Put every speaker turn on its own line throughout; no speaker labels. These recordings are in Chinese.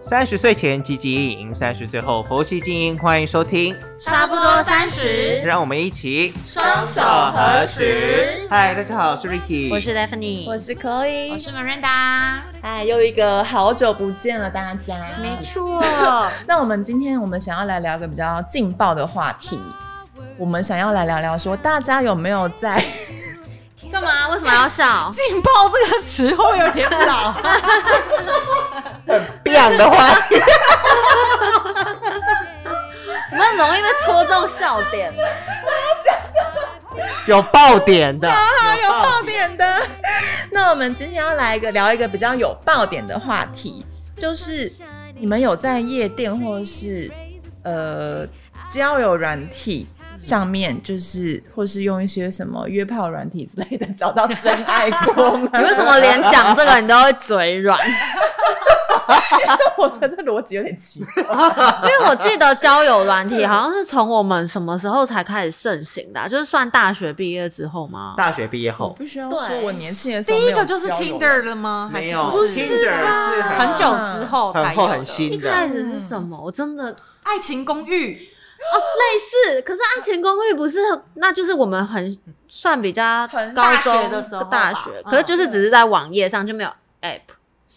三十岁前积极意淫，三十岁后佛系经营。欢迎收听，
差不多三十，
让我们一起。
双手合十。
嗨，大家好，我是 Ricky，
我是 Daphne，
我是 Chloe，
我是 Miranda，
哎，又一个好久不见了，大家。
没错，
那我们今天我们想要来聊个比较劲爆的话题，我们想要来聊聊说，大家有没有在
干嘛？为什么要笑？
劲爆这个词会有点老，
变的话，
我们很容易被戳中笑 点。
有爆点的，有
有爆点的。那我们今天要来一个聊一个比较有爆点的话题，就是你们有在夜店或者是呃交友软体上面，就是或是用一些什么约炮软体之类的找到真爱过吗？
你为什么连讲这个你都会嘴软？
我觉得这逻辑有点奇 怪。
因为我记得交友软体好像是从我们什么时候才开始盛行的啊、就是算大学毕业之后吗？
大学毕业
我
后
必须要
对
说，我年轻的时候
第
没
一
有
个就是
交友
Tinder 了吗？还
没
是
有
不是
，Tinder 是
很
很
久之后才
很
有
厚
的
很
一
新
开
的，
始是什么？我真的哦，
爱情公寓》
类似，可是《爱情公寓》不是，那就是我们很算比较
很
高
大学
中
的时候吧
大学，
嗯
可是就是只是在网页上就没有 app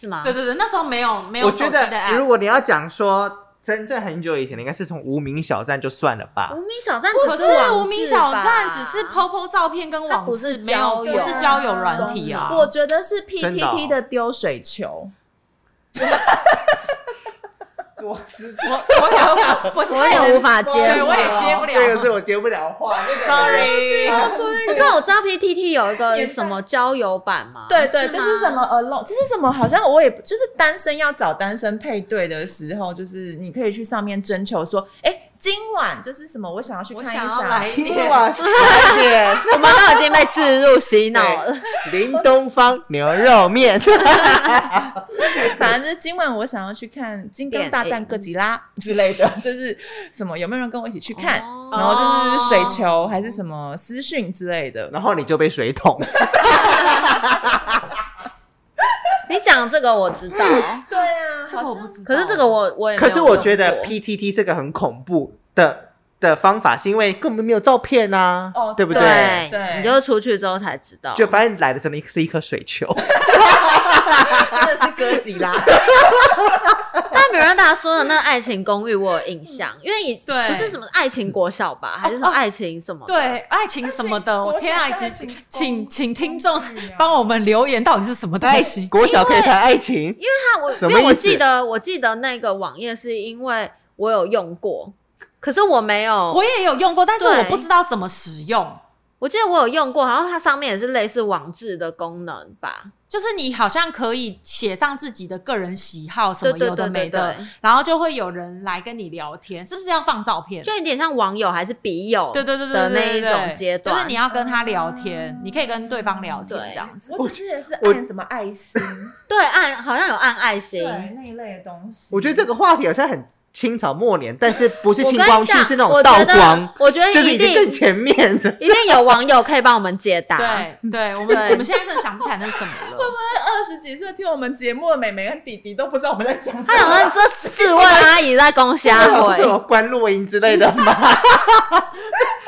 是吗？
对对对，那时候没有没有
我
手
觉
机的
得如
app，
果你要讲说真正很久以前的，应该是从无名小站就算了吧
无。名小站
可
只网
是
志
无名小站
吧
只是 POPO 照片跟
它
网
不
志，
是
没有
交友
不是交友软体啊。
我觉得是
真的哦
PTT 的丢水球，
我知
我我我
我也无法接受
对我也接不
这个
了
是我接不了话，这个
，sorry。
啊
可是我知道 PTT 有一个什么交友版嘛，
对对，
吗
就是什么 alone，就是什么，好像我也不就是单身要找单身配对的时候，就是你可以去上面征求说，哎，今晚就是什么，我想要去
我
看
想
一
要来
场，
一
今
点，
晚快点，
我们都已经被置入洗脑了。
林东方牛肉 面，
反正就是今晚我想要去看《金刚大
电
战
影
哥吉拉》 之类的，就是什么有没有人跟我一起去看，
哦
然后就是水球还是什么私讯之类的，
然后你就被水桶。
你讲这个我知道，
嗯
对啊，
这
好
个我
像
不知道
可是这个我我也没
可
有
是我觉得
用过
PTT 是个很恐怖的的方法，是因为根本没有照片啊，
哦
对不
对
对
你就出去之后才知道，
就反正来的真的是一颗水球，
真的是哥吉拉。
但米兰达说的那个《爱情公寓》，我有印象，因为以
对哦
不是什么爱情国小吧，还是什么爱情什么？
对爱情什么的，
爱情
我天啊！
国
请
小爱情公
请请听众
公寓啊
帮我们留言，到底是什么东
爱
西？
国小可以谈爱情，
那我
什么
因为我
意思
记得我记得那个网页是因为我有用过，可是我没有
我也有用过，但是
哎对
我不知道怎么使用。
我记得我有用过，然后它上面也是类似网志的功能吧？
就是你好像可以写上自己的个人喜好什
对
么
对
有
对
的
对
没
对
的，，然后就会有人来跟你聊天，是不是要放照片？
就有点像网友还是笔友
对对对对
的
对
那
对
一
对
种阶段，
就是你要跟他聊天，你可以跟对方聊天
对
这样子。
我只记得是
我
按什么爱心，
对按好像有按爱心
对。那一类的东西。
我觉得这个话题好像很清朝末年，但是不是
我
清
跟
光
你
绪，
讲，
是那种
我
道
觉
光
得，，我觉得
就是
一
已经更
定
前面的。
一定有网友可以帮我们解答。
对对，我们
对
我们现在真的想不起来那是什么了。
二十几岁听我们节目的妹妹跟弟弟都不知道我们在讲什
他想
么
问。这四 位阿姨在公虾
不是
回，
有关录音之类的 吗？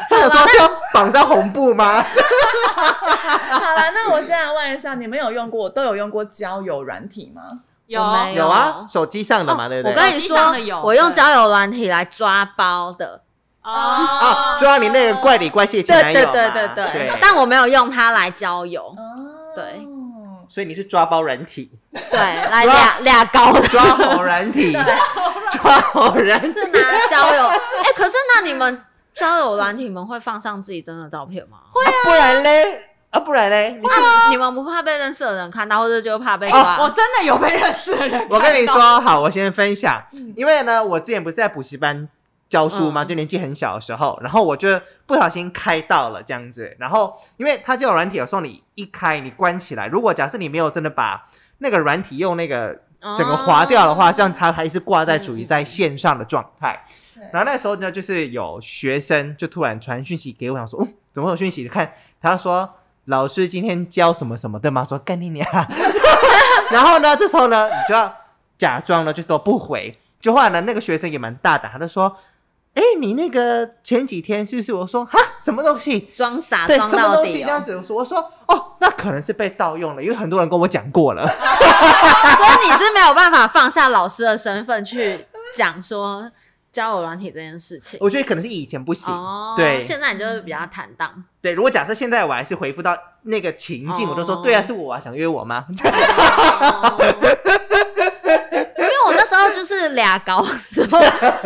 他有说是要绑上红布吗？
好了，那我现在问一下，你们有用过都有用过交友软体吗？
有
我没
有啊，手机上的嘛，对不
哦我
对？
跟
手
你
机上
说
的有，
我用
对
交友软体来抓包的，
哦
啊，，抓你那个怪里怪气的
对
前男
对
友嘛
对对
对
对，，但我没有用它来交友，
哦
对
所以你是抓包软体，
对，来
抓
俩俩高的，
抓好软体，抓好软体
是。拿交友，哎、可是那你们交友软体你们会放上自己真的照片吗？会，
啊不然嘞，啊，不然嘞，你是
你们不怕被认识的人看到，或者就怕被
哎
抓？
哦
我真的有被认识的人。
我跟你，说，好，我先分享，因为呢，我之前不是在补习班教书嘛，
嗯
就年纪很小的时候，然后我就不小心开到了这样子，然后因为它就有软体，有时候你一开你关起来，如果假设你没有真的把那个软体用那个
哦
整个划掉的话，像它还是挂在属于在线上的状态。然后那时候呢，就是有学生就突然传讯息给我，想说，嗯，怎么会有讯息？看他说老师 今天教什么什么的吗？说干你娘！然后呢，这时候呢，你就要假装呢就都不回。就后来呢，那个学生也蛮大胆，他就说：“哎、你那个前几天是不是？”我说：“哈，什么东西？
装傻
对，
装
什么
到
东西
底
这样
哦。
子？”我说：“我说哦，那可能是被盗用了，因为很多人跟我讲过了。
所以你是没有办法放下老师的身份去讲说交友软体这件事情。
我觉得可能是以前不行，
哦，
对
现在你就是比较坦荡，
对。如果假设现在我还是回复到那个情境，
哦
我就说：对啊，是我啊，想约我吗？
因为我那时候就是俩高 之后，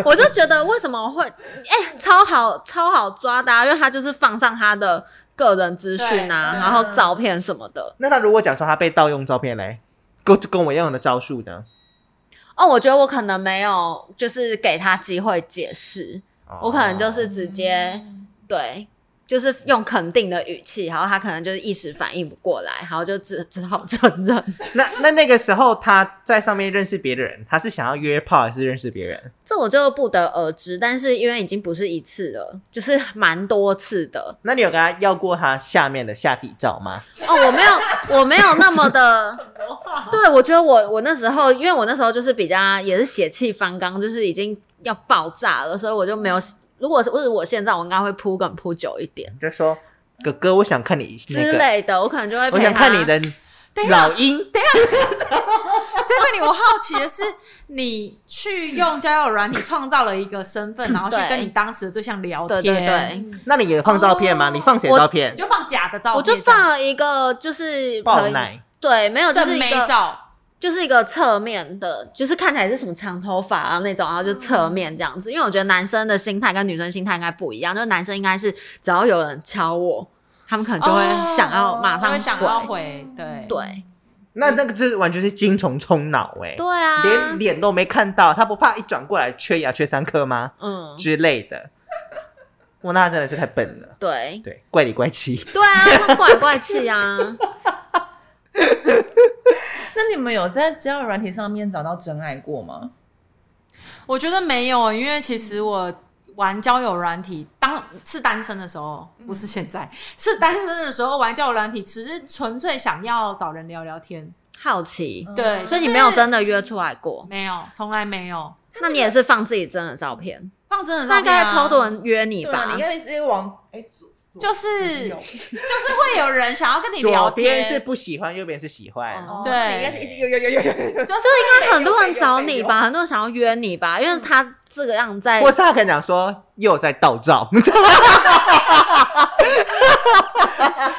我就觉得为什么会哎、超好超好抓的、啊，因为他就是放上他的个人资讯啊，
对
然后照片什么的。
那他如果讲说他被盗用照片嘞，跟跟我一样的招数呢？
哦，我觉得我可能没有就是给他机会解释，我可能就
哦
是直接对。就是用肯定的语气，然后他可能就是一时反应不过来，然后就只只好 承认。
那那那个时候他在上面认识别的人，他是想要约炮还是认识别人？
这我就不得而知，但是因为已经不是一次了，就是蛮多次的
那你有跟他要过他下面的下体照吗？
哦。我没有，我没有那么 的，
么话？
对我觉得我我那时候，因为我那时候就是比较也是血气方刚，就是已经要爆炸了，所以我就没有。如果是如果是我现在，我应该会铺梗铺久一点
你就说哥哥，我想看你那
之
个，
类的，我可能就会
我
陪
想
他。
看你的
等一下
老鹰。
啊
Tiffany，我好奇的是，你去用交友软体创造了一个身份，然后去
对
跟你当时的对象聊
对
天，
对对，
那你也放照片吗？你放谁的
哦我
照片
你？就放假的照片，
我
这
就
样
放了一个就是
爆
朋
奶。
对，没有就是
正
一
妹
个
照，
就是一个侧面的，就是看起来是什么长头发啊那种，然后就侧面这样子。因为我觉得男生的心态跟女生心态应该不一样，就是男生应该是只要有人敲我，他们可能就会想要马
哦就
上
会想要
回。
回，对
对
那那个就是完全是精虫充脑哎、
对啊，
连脸都没看到，他不怕一转过来缺牙缺三颗吗？
嗯，
之类的。哇，那他真的是太笨了，
对
对，怪里怪 气。
对啊，他们怪怪气 啊。
那你们有在交友软体上面找到真爱过吗？
我觉得没有，因为其实我玩交友软体，当是单身的时候，不是现在，是单身的时候玩交友软体，只是纯粹想要找人聊聊天。
好奇，
对，
嗯所以
就
你
是
没有真的约出来过？
没有，从来没有
那你也是放自己真的照片？
放真的
大
照片
概
啊、
超多人约你
对啊，
吧
你？应该直接往哎，左左
就是
嗯
左
就是会有人想要跟你聊
左
天，
边是不喜欢，右边是喜欢。
哦
哦
对
那应该是一直有有有有有有。
就是
应该很多人找你吧，很多人想要约你吧，
嗯
因为他这个样在
或是他可能讲说又在盗照，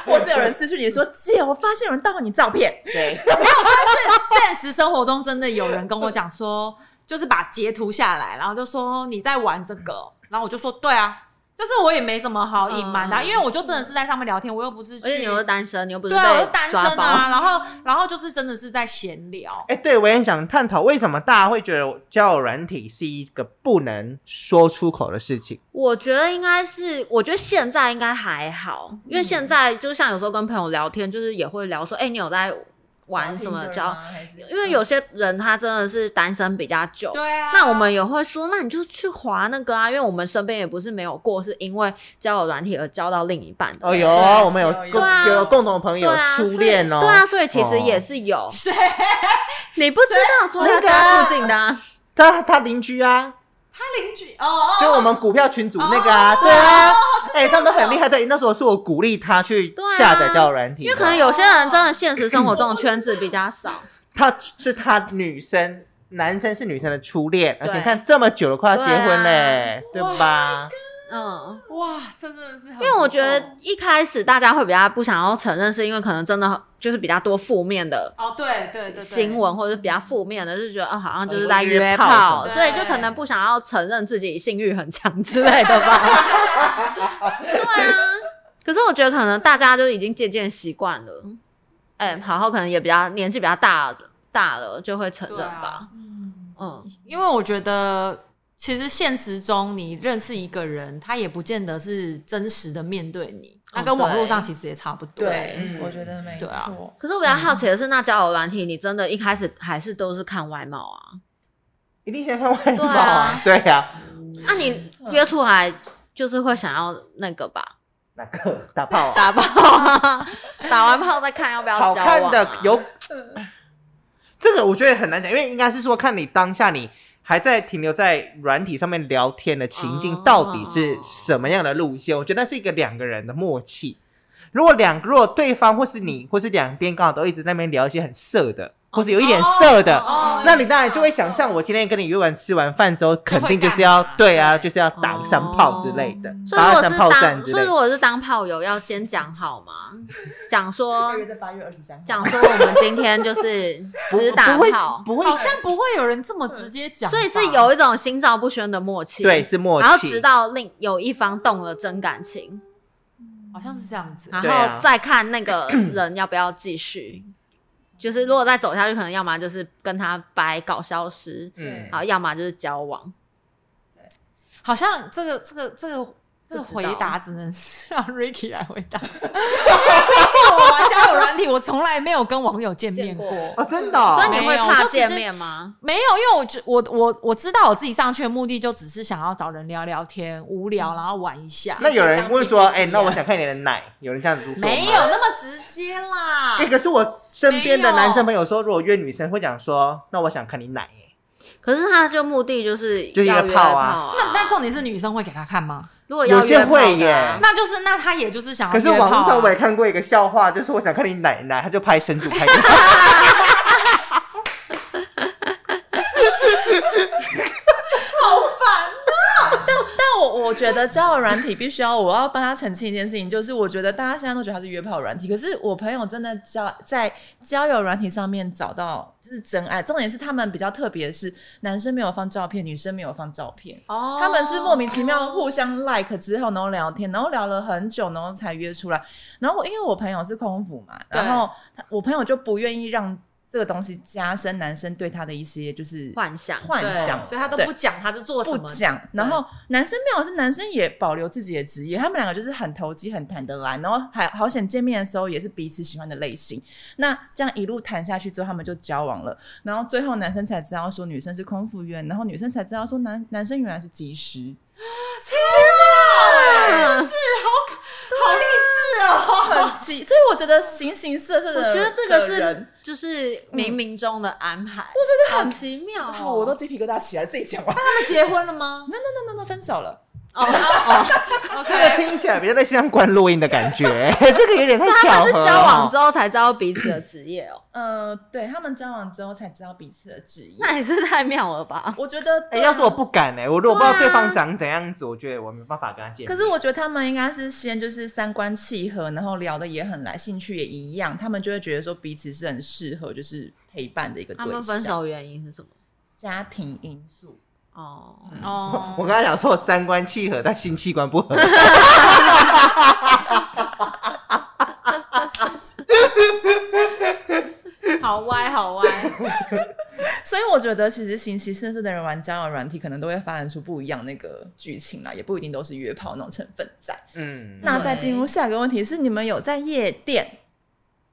或是有人私讯你说姐，我发现有人盗你照片，
对，
是现实生活中真的有人跟我讲说，就是把截图下来，然后就说你在玩这个，然后我就说对啊。就是我也没什么好隐瞒的啊、
嗯
因为我就真的是在上面聊天，我又不是
而且你
去
又是单身，你又不是
对啊，我
被
就单身
抓包，
啊，然后然后就是真的是在闲聊，
哎、对我也想探讨为什么大家会觉得交友软体是一个不能说出口的事情。
我觉得应该是，我觉得现在应该还好，因为现
嗯
在就像有时候跟朋友聊天，就是也会聊说，哎、你有在玩什么 交？因
嗯
为有些人他真的是单身比较久，
嗯对啊。
那我们也会说，那你就去划那个啊，因为我们身边也不是没有过是因为交友软体而交到另一半的，
哦，有，
对
我们有
有
共
有
有共同的朋
啊对
友
啊，
初恋哦，
所以对啊，，所以其实也是 有，你不知道住在家附近的、啊，
他他邻居啊，
他邻居哦哦，
就我们股票群组那个啊，
哦
对啊，哎、他们很厉害，对，那时候是我鼓励他去
对啊
下载交友软体的，
因为可能有些人真的现实生活中的圈子比较少，
他是他女生。男生是女生的初恋，而
对
且看这么久了，快要结婚嘞、
对
对
啊
吧？
嗯。
哇，这真的是很不错，
因为我觉得一开始大家会比较不想要承认，是因为可能真的就是比较多负面的
哦，对对对对，
新闻，或者是比较负面的，就是觉得哦，好像就是
哦
在
约
约
炮
炮，
什么的
对，
对
就可能不想要承认自己性欲很强之类的吧。对啊，可是我觉得可能大家就已经渐渐习惯了，哎、好好可能也比较年纪比较大大了，就会承认吧。嗯，
因为我觉得，其实现实中你认识一个人，他也不见得是真实的面对你，那跟网络上其实也差不多。
对
嗯，
我觉得没
对啊
错。
可是我比较好奇的是，那交友软体你真的一开始还是都是看外貌啊？
一定先看外貌啊，对啊，
那、你约出来就是会想要那个吧？
哪个打炮、啊？
打炮啊，打完炮再看要不要
好
交往、啊。
看的有，这个我觉得很难讲，因为应该是说看你当下你还在停留在软体上面聊天的情境
哦
到底是什么样的路线。我觉得那是一个两个人的默契。如果两如果对方或是你或是两边刚好都一直在那边聊一些很色的，
哦
或是有一点色的，
哦
那你当然就会想象，我今天跟你约完吃完饭之后，肯定就是要
哦
干嘛
对啊，就是要打个三炮之类的，
所以
打
如
个
果
三
是
炮战
当，
之
哦所
类
以如
的。
果是当炮友，要先讲好 嘛，讲说
大约在八月二十三号。
讲说我们今天就是
不
只打
不会
炮，
不会
好，像不会有人这么直接讲吧，
所以是有一种心照不宣的默契。
对，是默
然后
契
直。到另有一方动了真感情，
好像是这样子。
然
对啊
后再看那个 人要不要继续。就是如果再走下去，可能要么就是跟他掰搞消失，
嗯
对，
好，要么就是交往。
好像这个这个这个这个
不
回
知道
答只能是让 Ricky 来回答。毕竟我玩交友软体，我从来没有跟网友见面过。
见
哦，真的哦
所以你
没
会
有
怕
就只是
见面吗？
没有，因为我觉我我我知道我自己上去的目的就只是想要找人聊聊天，无聊然后玩一下。
那有人问说，哎，那我
想。
想看你的奶，有人这样子说吗
没有。那么直接 啦
哎，。可是我身边的
没有
男生朋友说，如果约女生会讲说，那我想看你奶，哎
可是他就目的就是
就是一个
要约
炮
炮
啊
那但重点是女生会给他看吗？
如果
有
要
些
约炮
会
的啊
耶
那就是那他也就是
哦
想要
可是
约
网
炮
络
啊
上我也看过一个笑话，就是我想看你奶奶，他就拍神主拍给我。
但我我觉得交友软体必须要，我要帮他澄清一件事情，就是我觉得大家现在都觉得它是约炮软体，可是我朋友真的交在交友软体上面找到是真爱。重点是他们比较特别的是，男生没有放照片，女生没有放照片，
哦
他们是莫名其妙互相 like 之后，然后聊天，然后聊了很久，然后才约出来。然后我因为我朋友是空腹嘛，
对
然后他我朋友就不愿意让这个东西加深男生对他的一些就是
幻想，
幻
对
想，
所以他都
对
不讲他是做什
不
么的。
讲。然后男生没有是男生也保留自己的职业，他们两个就是很投机、很谈得来，然后还好险见面的时候也是彼此喜欢的类型。那这样一路谈下去之后，他们就交往了。然后最后男生才知道说女生是空腹员，然后女生才知道说男男生原来是技师。
嗯
好励志哦！
很奇，所以我觉得形形色色
我
的，
觉得这个
的人
是就是冥冥中的安排，
我觉得
好
很
奇妙哦。
好，我都 鸡皮疙瘩起来，自己讲完。
他们结婚了吗？
那那那那那分手了，
哦哦，
这个听起来比较类似像关录音的感觉， 这个有点太
所以他
巧
们
合
是
了哦。
交往之后才知道彼此的职业 哦，
呃，对他们交往之后才知道彼此的职业。
那也是太妙了吧？
我觉得，
哎、要是我不敢哎、我如果不知
对啊
道对方长怎样子，我觉得我没办法跟他见面。
啊
可是我觉得他们应该是先就是三观契合，然后聊的也很来，兴趣也一样，他们就会觉得说彼此是很适合，就是陪伴的一个对
他
象。
们分手原因是什么？
家庭因素，
哦，
哦
我，跟他讲说我三观契合，但性器官不合。
好歪，好 歪。
所以我觉得其实形形色色的人玩交友软体，可能都会发展出不一样那个剧情啦，也不一定都是约炮那种成分在。
嗯，
那再进入下一个问题是，你们有在夜店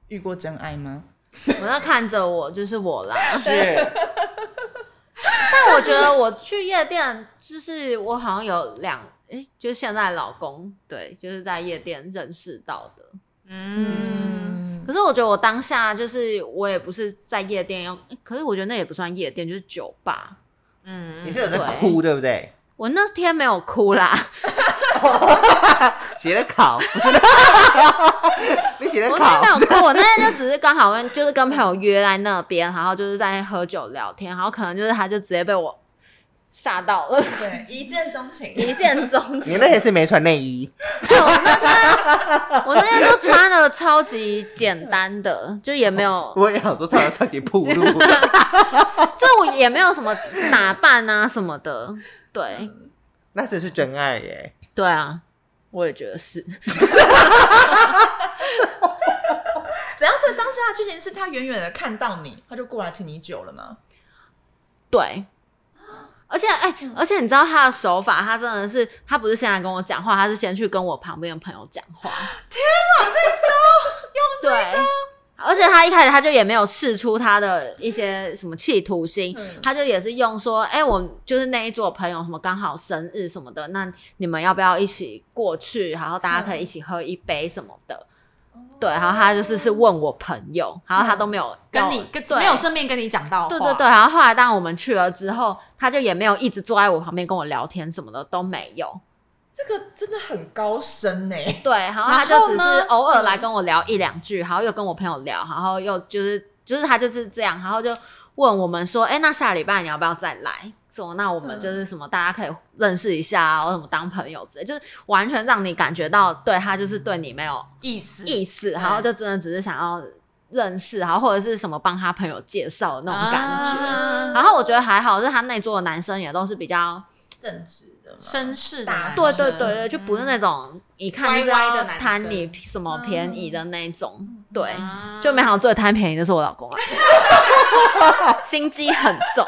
遇过真爱吗？
我要看着我，就是我 啦。
是
但我觉得我去夜店，就是我好像有两，诶、就是现在老公，对，就是在夜店认识到的。
嗯，
可是我觉得我当下就是我也不是在夜店要，诶可是我觉得那也不算夜店，就是酒吧。
嗯
你是有在哭对不对？
我那天没有哭啦，
写的考，不是 你写的
我
考
那天没，有 哭，我那天就只是刚好跟就是跟朋友约在那边，然后就是在喝酒聊天，然后可能就是他就直接被我吓到了，
对，一见钟情
一见钟
你
情。
那天是没穿内衣，
我那天就穿的超级简单的，就也 没有，
我也想说穿的超级暴露。
就我也没有什么打扮啊什么的。对，
那真是真爱耶！
对啊，我也觉得是。
怎样？所以当下的剧情是他远远的看到你，他就过来请你酒了吗？
对，而且哎、而且你知道他的手法，他真的是，他不是先来跟我讲话，他是先去跟我旁边的朋友讲话。天哪，这一招用对。而且他一开始他就也没有试出他的一些什么企图心，
嗯
他就也是用说，哎、我就是那一桌朋友什么刚好生日什么的，那你们要不要一起过去，然后大家可以一起喝一杯什么的。对，然后他就是是问我朋友，然后他都没有
跟你跟
对
没有正面跟你讲到话，
对对对，然后后来当然我们去了之后，他就也没有一直坐在我旁边跟我聊天什么的都没有。
这个真的很高深呢、
对，然后他
然
就
后
只
呢嗯
是偶尔来跟我聊一两句，然后又跟我朋友聊，然后又就是就是他就是这样，然后就问我们说，哎，那下礼拜你要不要再来？什么？那我们
嗯
就是什么，大家可以认识一下啊，或什么当朋友之类，就是完全让你感觉到对他就是对你没有
意思
意思，然
嗯
后就真的只是想要认识，然后或者是什么帮他朋友介绍的那种感觉。
啊
然后我觉得还好，是他那桌的男生也都是比较，
正直的嘛，哦
绅士的
大
男生，
对对对对，就不是那种一看就是
歪歪
要
的男生
贪你什么便宜的那种，对。
啊
就没想到最贪便宜的是我老公啊， 心机很重，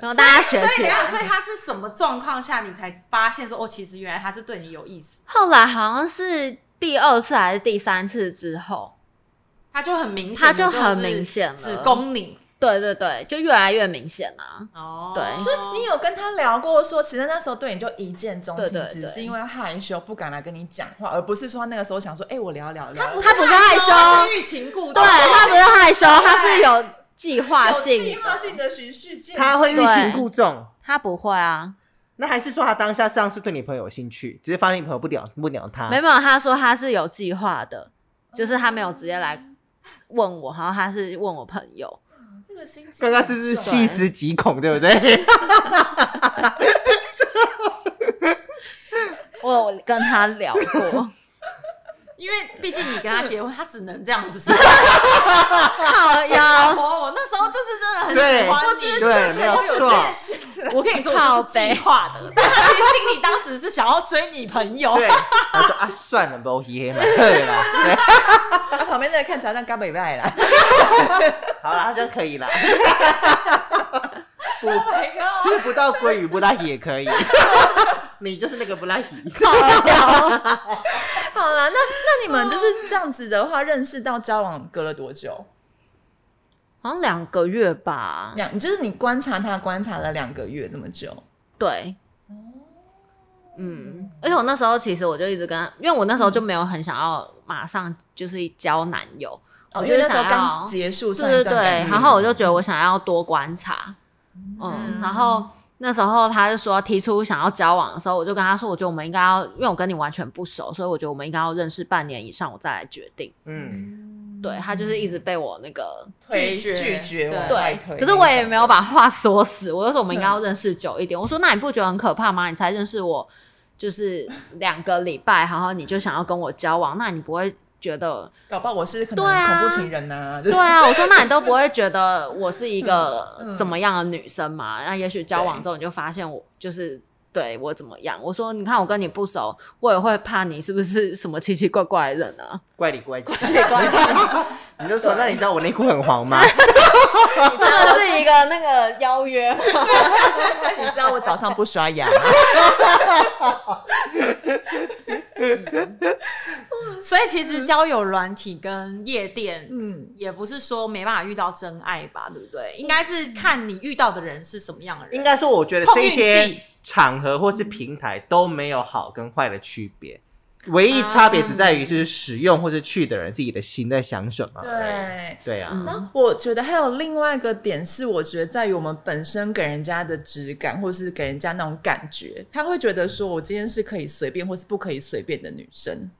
然后大家学
所以
起
等一下，
来。
所以他是什么状况下你才发现说，哦，其实原来他是对你有意思，
后来好像是第二次还是第三次之后，
他就很明显，
他就很明显了
只攻你
对对对，就越来越明显啊。
哦。
对
就是你有跟他聊过说，其实那时候对你就一见钟情，
对对
只
对
是因为害羞不敢来跟你讲话，而不是说他那个时候想说，哎、我聊聊聊，
他不是害羞
他是欲擒故
对
纵，
他不是害羞，
哦
他是有计划
有计
性，
划性的循序渐进，
他会欲
对
擒故纵。
他不会啊。
那还是说他当下上是对你朋友有兴趣，只是发现你朋友不鸟不鸟他？
没有，没有，他说他是有计划的，
哦
就是他没有直接来问我，然后他是问我朋友。
这个心机
刚刚是不是
很重
细思极恐，对不对？
我有跟他聊 过，
因为毕竟你跟他结婚，他只能这样子。是
靠
老
腰，
婆，我那时候就是真的很
对
喜欢你，
对，没有错。
我跟你说，
靠
我就是
北
计划的，但他其实心里当时是想要追你朋友。
对，他说啊，算了，不也嘛，对啦，对，
他旁边那个看起来像嘎北拜 啦，
好啦，这样可以啦，不
哎呦
吃不到鲑鱼不拉稀也可以， 你就是那个不拉稀。
靠腰，
好啦，那那你们就是这样子的话，认识到交往隔了多久？
好像两个月吧。
两，就是你观察他观察了两个月这么久，
对，
哦
嗯，而且我那时候其实我就一直跟他，因为我那时候就没有很想要马上就是交男友，
哦，
我
因
就
为
是
那时候
想要
刚结束上
对
一
对
段感
对，
情，
然后我就觉得我想要多观察，嗯，然后那时候他就说提出想要交往的时候，我就跟他说，我觉得我们应该要，因为我跟你完全不熟，所以我觉得我们应该要认识半年以上，我再来决定。
嗯，
对他就是一直被我那个
推
拒绝
拒绝
对
往外
对
推，，
可是我也没有把话说死，我就说我们应该要
嗯
认识久一点。我说那你不觉得很可怕吗？你才认识我就是两个礼拜，然后你就想要跟我交往，那你不会觉得？
搞不好我是可能
对啊
恐怖情人呐、就是
对啊，我说那你都不会觉得我是一个
嗯嗯
怎么样的女生嘛？那也许交往之后你就发现我就是对我怎么样。我说你看我跟你不熟，我也会怕你是不是什么奇奇怪怪的人啊？
怪里怪气。
怪
你就说，那你知道我内裤很黄吗？
这个是一个那个邀约吗？
你知道我早上不刷牙吗，啊
所以其实交友软体跟夜店，
嗯，
也不是说没办法遇到真爱吧，对不对？应该是看你遇到的人是什么样的 人。
应该说，我觉得
碰
这
运气
些场合或是平台都没有好跟坏的区别，唯一差别只在于就是使用或是去的人自己的心在想什么。
对。
对啊，
嗯
然后我觉得还有另外一个点是，我觉得在于我们本身给人家的质感，或是给人家那种感觉，他会觉得说我今天是可以随便，或是不可以随便的女生。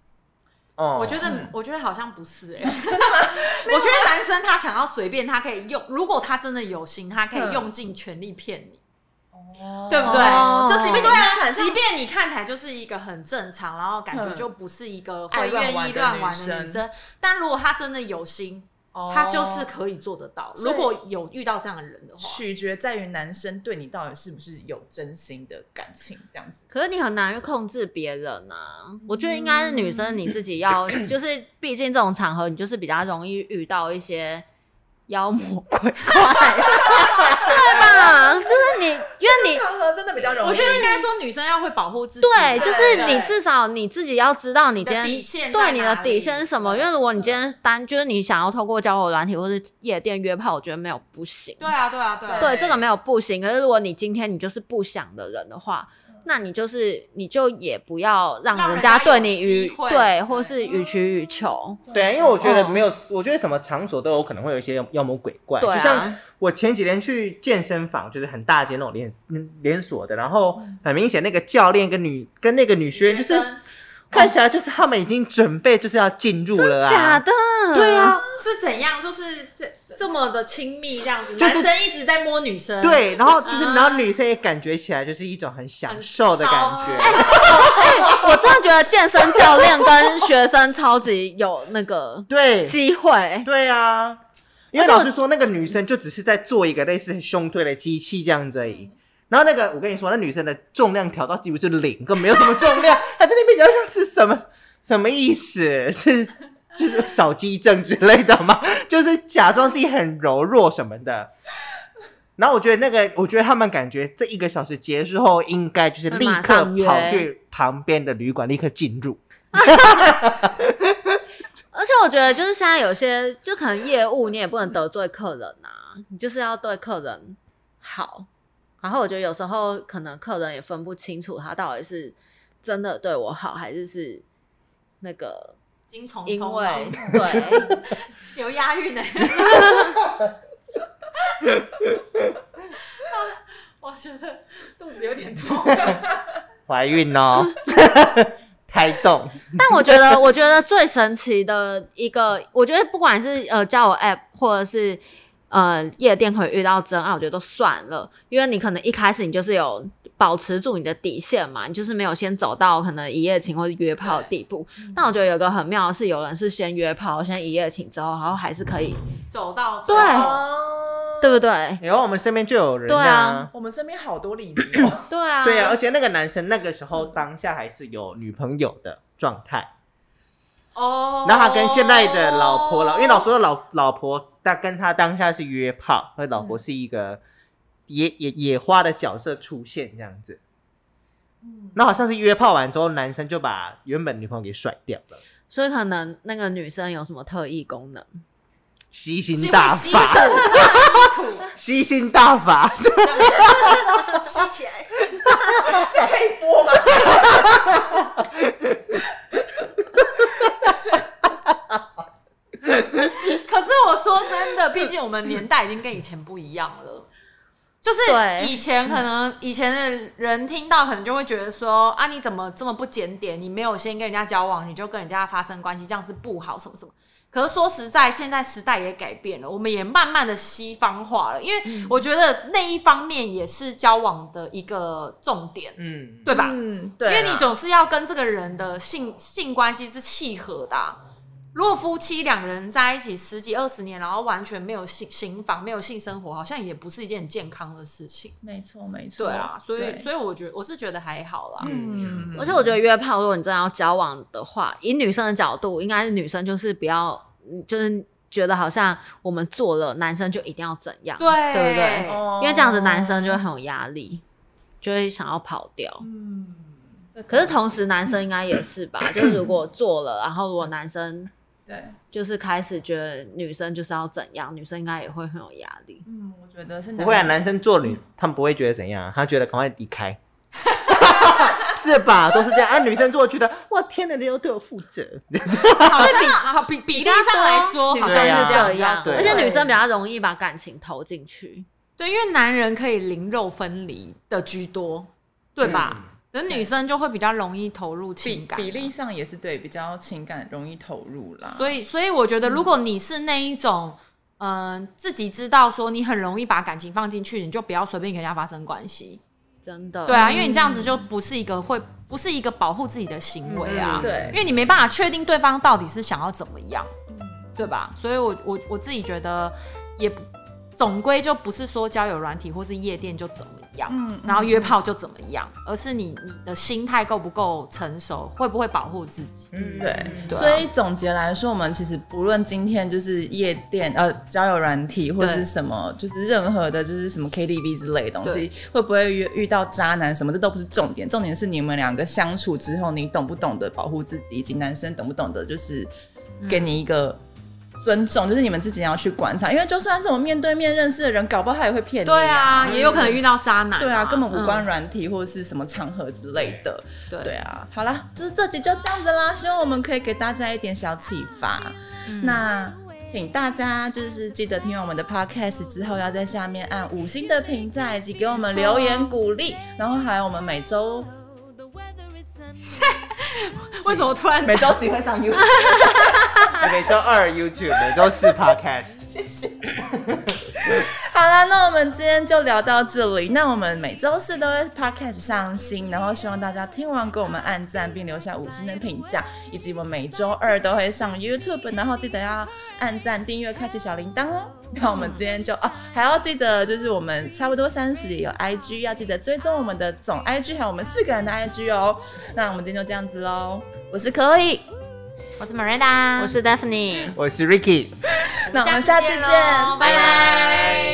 哦
我觉得，我觉得好像不是哎、真的 吗？我觉得男生他想要随便，他可以用，如果他真的有心，他可以
嗯
用尽全力骗你，对不对？
哦
就即便
对啊
即便你看起来就是一个很正常，然后感觉就不是一个会愿意乱玩的女生，但如果他真的有心，
哦
他就是可以做得到。
所以
如果有遇到这样的人的话，
取决在于男生对你到底是不是有真心的感情，这样子。
可是你很难去控制别人啊，我觉得应该是女生你自己要， 就是毕竟这种场合你就是比较容易遇到一些妖魔鬼怪， 对吧？就是你，因为你
场合真的比较容易，
我觉得应该说女生要会保护自己，啊
对，就是
对
你
对
至少你自己要知道你今
你的
天
底线在
对你的
哪里嗯
底线是什么，因为如果你今天单就是你想要透过交友软体或是夜店约炮，我觉得没有不行。
对啊，对啊，对啊，
对，这个没有不行。可是如果你今天你就是不想的人的话，那你就是你就也不要让
嗯让
人
人
家
家
对
有
你
机
予
会
对，或
对嗯
是予取予求。
对啊，因为我觉得没
哦
有，我觉得什么场所都有可能会有一些妖魔鬼怪，
对啊
就像我前几天去健身房，就是很大间那种连嗯连锁的，然后很明显那个教练跟女跟那个女学员就是
嗯生
看起来就是他们已经准备就是要进入了啊，
假的，
对啊，
是怎样？就是这这么的亲密这样子，
就是
男生一直在摸女生，，
对，然后就是、
啊
嗯
然后女生也感觉起来就是一种很享受的感
很
觉，
哎我真的觉得健身教练跟学生超级有那个
对
机会。
对啊，因为
而且我
老师说那个女生就只是在做一个类似胸推的机器这样子而已。然后那个，我跟你说，那女生的重量调到几乎是零，根本没有什么重量，还在那边摇像是什么什么意思？是就是少肌症之类的吗？就是假装自己很柔弱什么的。然后我觉得那个，我觉得他们感觉这一个小时结束后，应该就是立
马
刻
上约
跑去旁边的旅馆，立刻进入。
而且我觉得就是现在有些就可能业务你也不能得罪客人啊，你就是要对客人好。然后我觉得有时候可能客人也分不清楚他到底是真的对我好，还是是那个
金虫
因
虫
为
虫
对
有押韵呢、 我觉得肚子有点痛，
怀孕 哦， 胎动。
但我觉得，我觉得最神奇的一个，我觉得不管是呃交友 App 或者是呃夜店，可以遇到真爱，我觉得都算了，因为你可能一开始你就是有保持住你的底线嘛，你就是没有先走到可能一夜情或者约炮的地步。但我觉得有个很妙的是，有人是先约炮，先一夜情之后，然后还是可以，
走到
对
最后
哦，
对不对？
然后哎我们身边就有人、
对啊。
我们身边好多例子哦
对啊，
对啊，而且那个男生那个时候当下还是有女朋友的状态，
哦，
然后他跟现在的老婆老，因为老师的老老婆，他跟他当下是约炮，而老婆是一个野野野花的角色出现这样子。那好像是约炮完之后，男生就把原本女朋友给甩掉了，
所以可能那个女生有什么特异功能？
吸
是
星
会
大
吸
法，
土，吸
吸星大法，
土，吸起来，
这可以播吗？
可是我说真的，毕竟我们年代已经跟以前不一样了。就是
对
以前可能以前的人听到，可能就会觉得说啊，你怎么这么不检点？你没有先跟人家交往，你就跟人家发生关系，这样是不好，什么什么。可是说实在，现在时代也改变了，我们也慢慢的西方化了。因为我觉得那一方面也是交往的一个重点，
嗯，
对啊吧？
嗯，对啦，
因为你总是要跟这个人的性性关系是契合的啊、如果夫妻两人在一起十几二十年，然后完全没有性行房、没有性生活，好像也不是一件很健康的事情。
没错没错，
对啊，所以
对
所以我觉得我是觉得还好啦。
嗯，
而且我觉得约炮，如果你真的要交往的话，以女生的角度，应该是女生就是不要，嗯就是觉得好像我们做了，男生就一定要怎样，
对
对不对？
哦
哎
因为这样子男生就会很有压力，就会想要跑掉。
嗯，这
可是同时，男生应该也是吧？就是如果做了，然后如果男生
对，
就是开始觉得女生就是要怎样，女生应该也会很有压力。
嗯，我觉得是
不会啊，
男
男生做女，他们不会觉得怎样啊，他觉得赶快离开， 是吧？都是这样啊。女生做觉得哇，天哪，你要对我负责，
好 像比好比比例上来说，
女
哦好像
生
对
是
啊
这
这
样，
样。
对啊
而且女生比较容易把感情投进去。
对，因为男人可以零肉分离的居多，对吧？那女生就会比较容易投入情
比
感啊，
比例上也是对，比较情感容易投入啦。
所以，所以我觉得，如果你是那一种，嗯、自己知道说你很容易把感情放进去，你就不要随便跟人家发生关系。
真
嗯
的，
对啊，因为你这样子就不是一个会，不是一个保护自己的行为啊。
嗯
对
因为你没办法确定对方到底是想要怎么样，
嗯
对吧？所以我我我自己觉得也不。总归就不是说交友软体或是夜店就怎么样，
嗯
然后约炮就怎么样，而是你你的心态够不够成熟，会不会保护自己？
对，
对啊
所以总结来说，我们其实不论今天就是夜店、呃交友软体或
对
是什么，就是任何的，就是什么 KTV 之类的东
对
西，会不会遇遇到渣男什么，这都不是重点，重点是你们两个相处
嗯
之后，你懂不懂得保护自己，以及男生懂不懂得就是给你一个尊重，就是你们自己要去观察，因为就算是我面对面认识的人，搞不好他也会骗你、
对啊，也有可能遇到渣男、
对啊，根本无
嗯
关软体或者是什么场合之类的。
对
对啊，好啦，就是这集就这样子啦，希望我们可以给大家一点小启发。那请大家就是记得听完我们的 podcast 之后，要在下面按五星的评价，以及给我们留言鼓励。然后还有我们每周
为什么突然
每周几会上 YouTube，
每周二 YouTube，每周四 Podcast。
谢谢。好啦，那我们今天就聊到这里。那我们每周四都会 podcast 上新，然后希望大家听完给我们按赞，并留下五星的评价，以及我们每周二都会上 YouTube，然后记得要按赞、订阅、开启小铃铛哦。那我们今天就哦，还要记得就是我们差不多三十也有 IG，要记得追踪我们的总 IG，还有我们四个人的 IG 哦。那我们今天就这样子喽，我是可以，
我是 Miranda，
我是 Daphne。
我是 Ricky。
那我们下次见，
喽拜拜。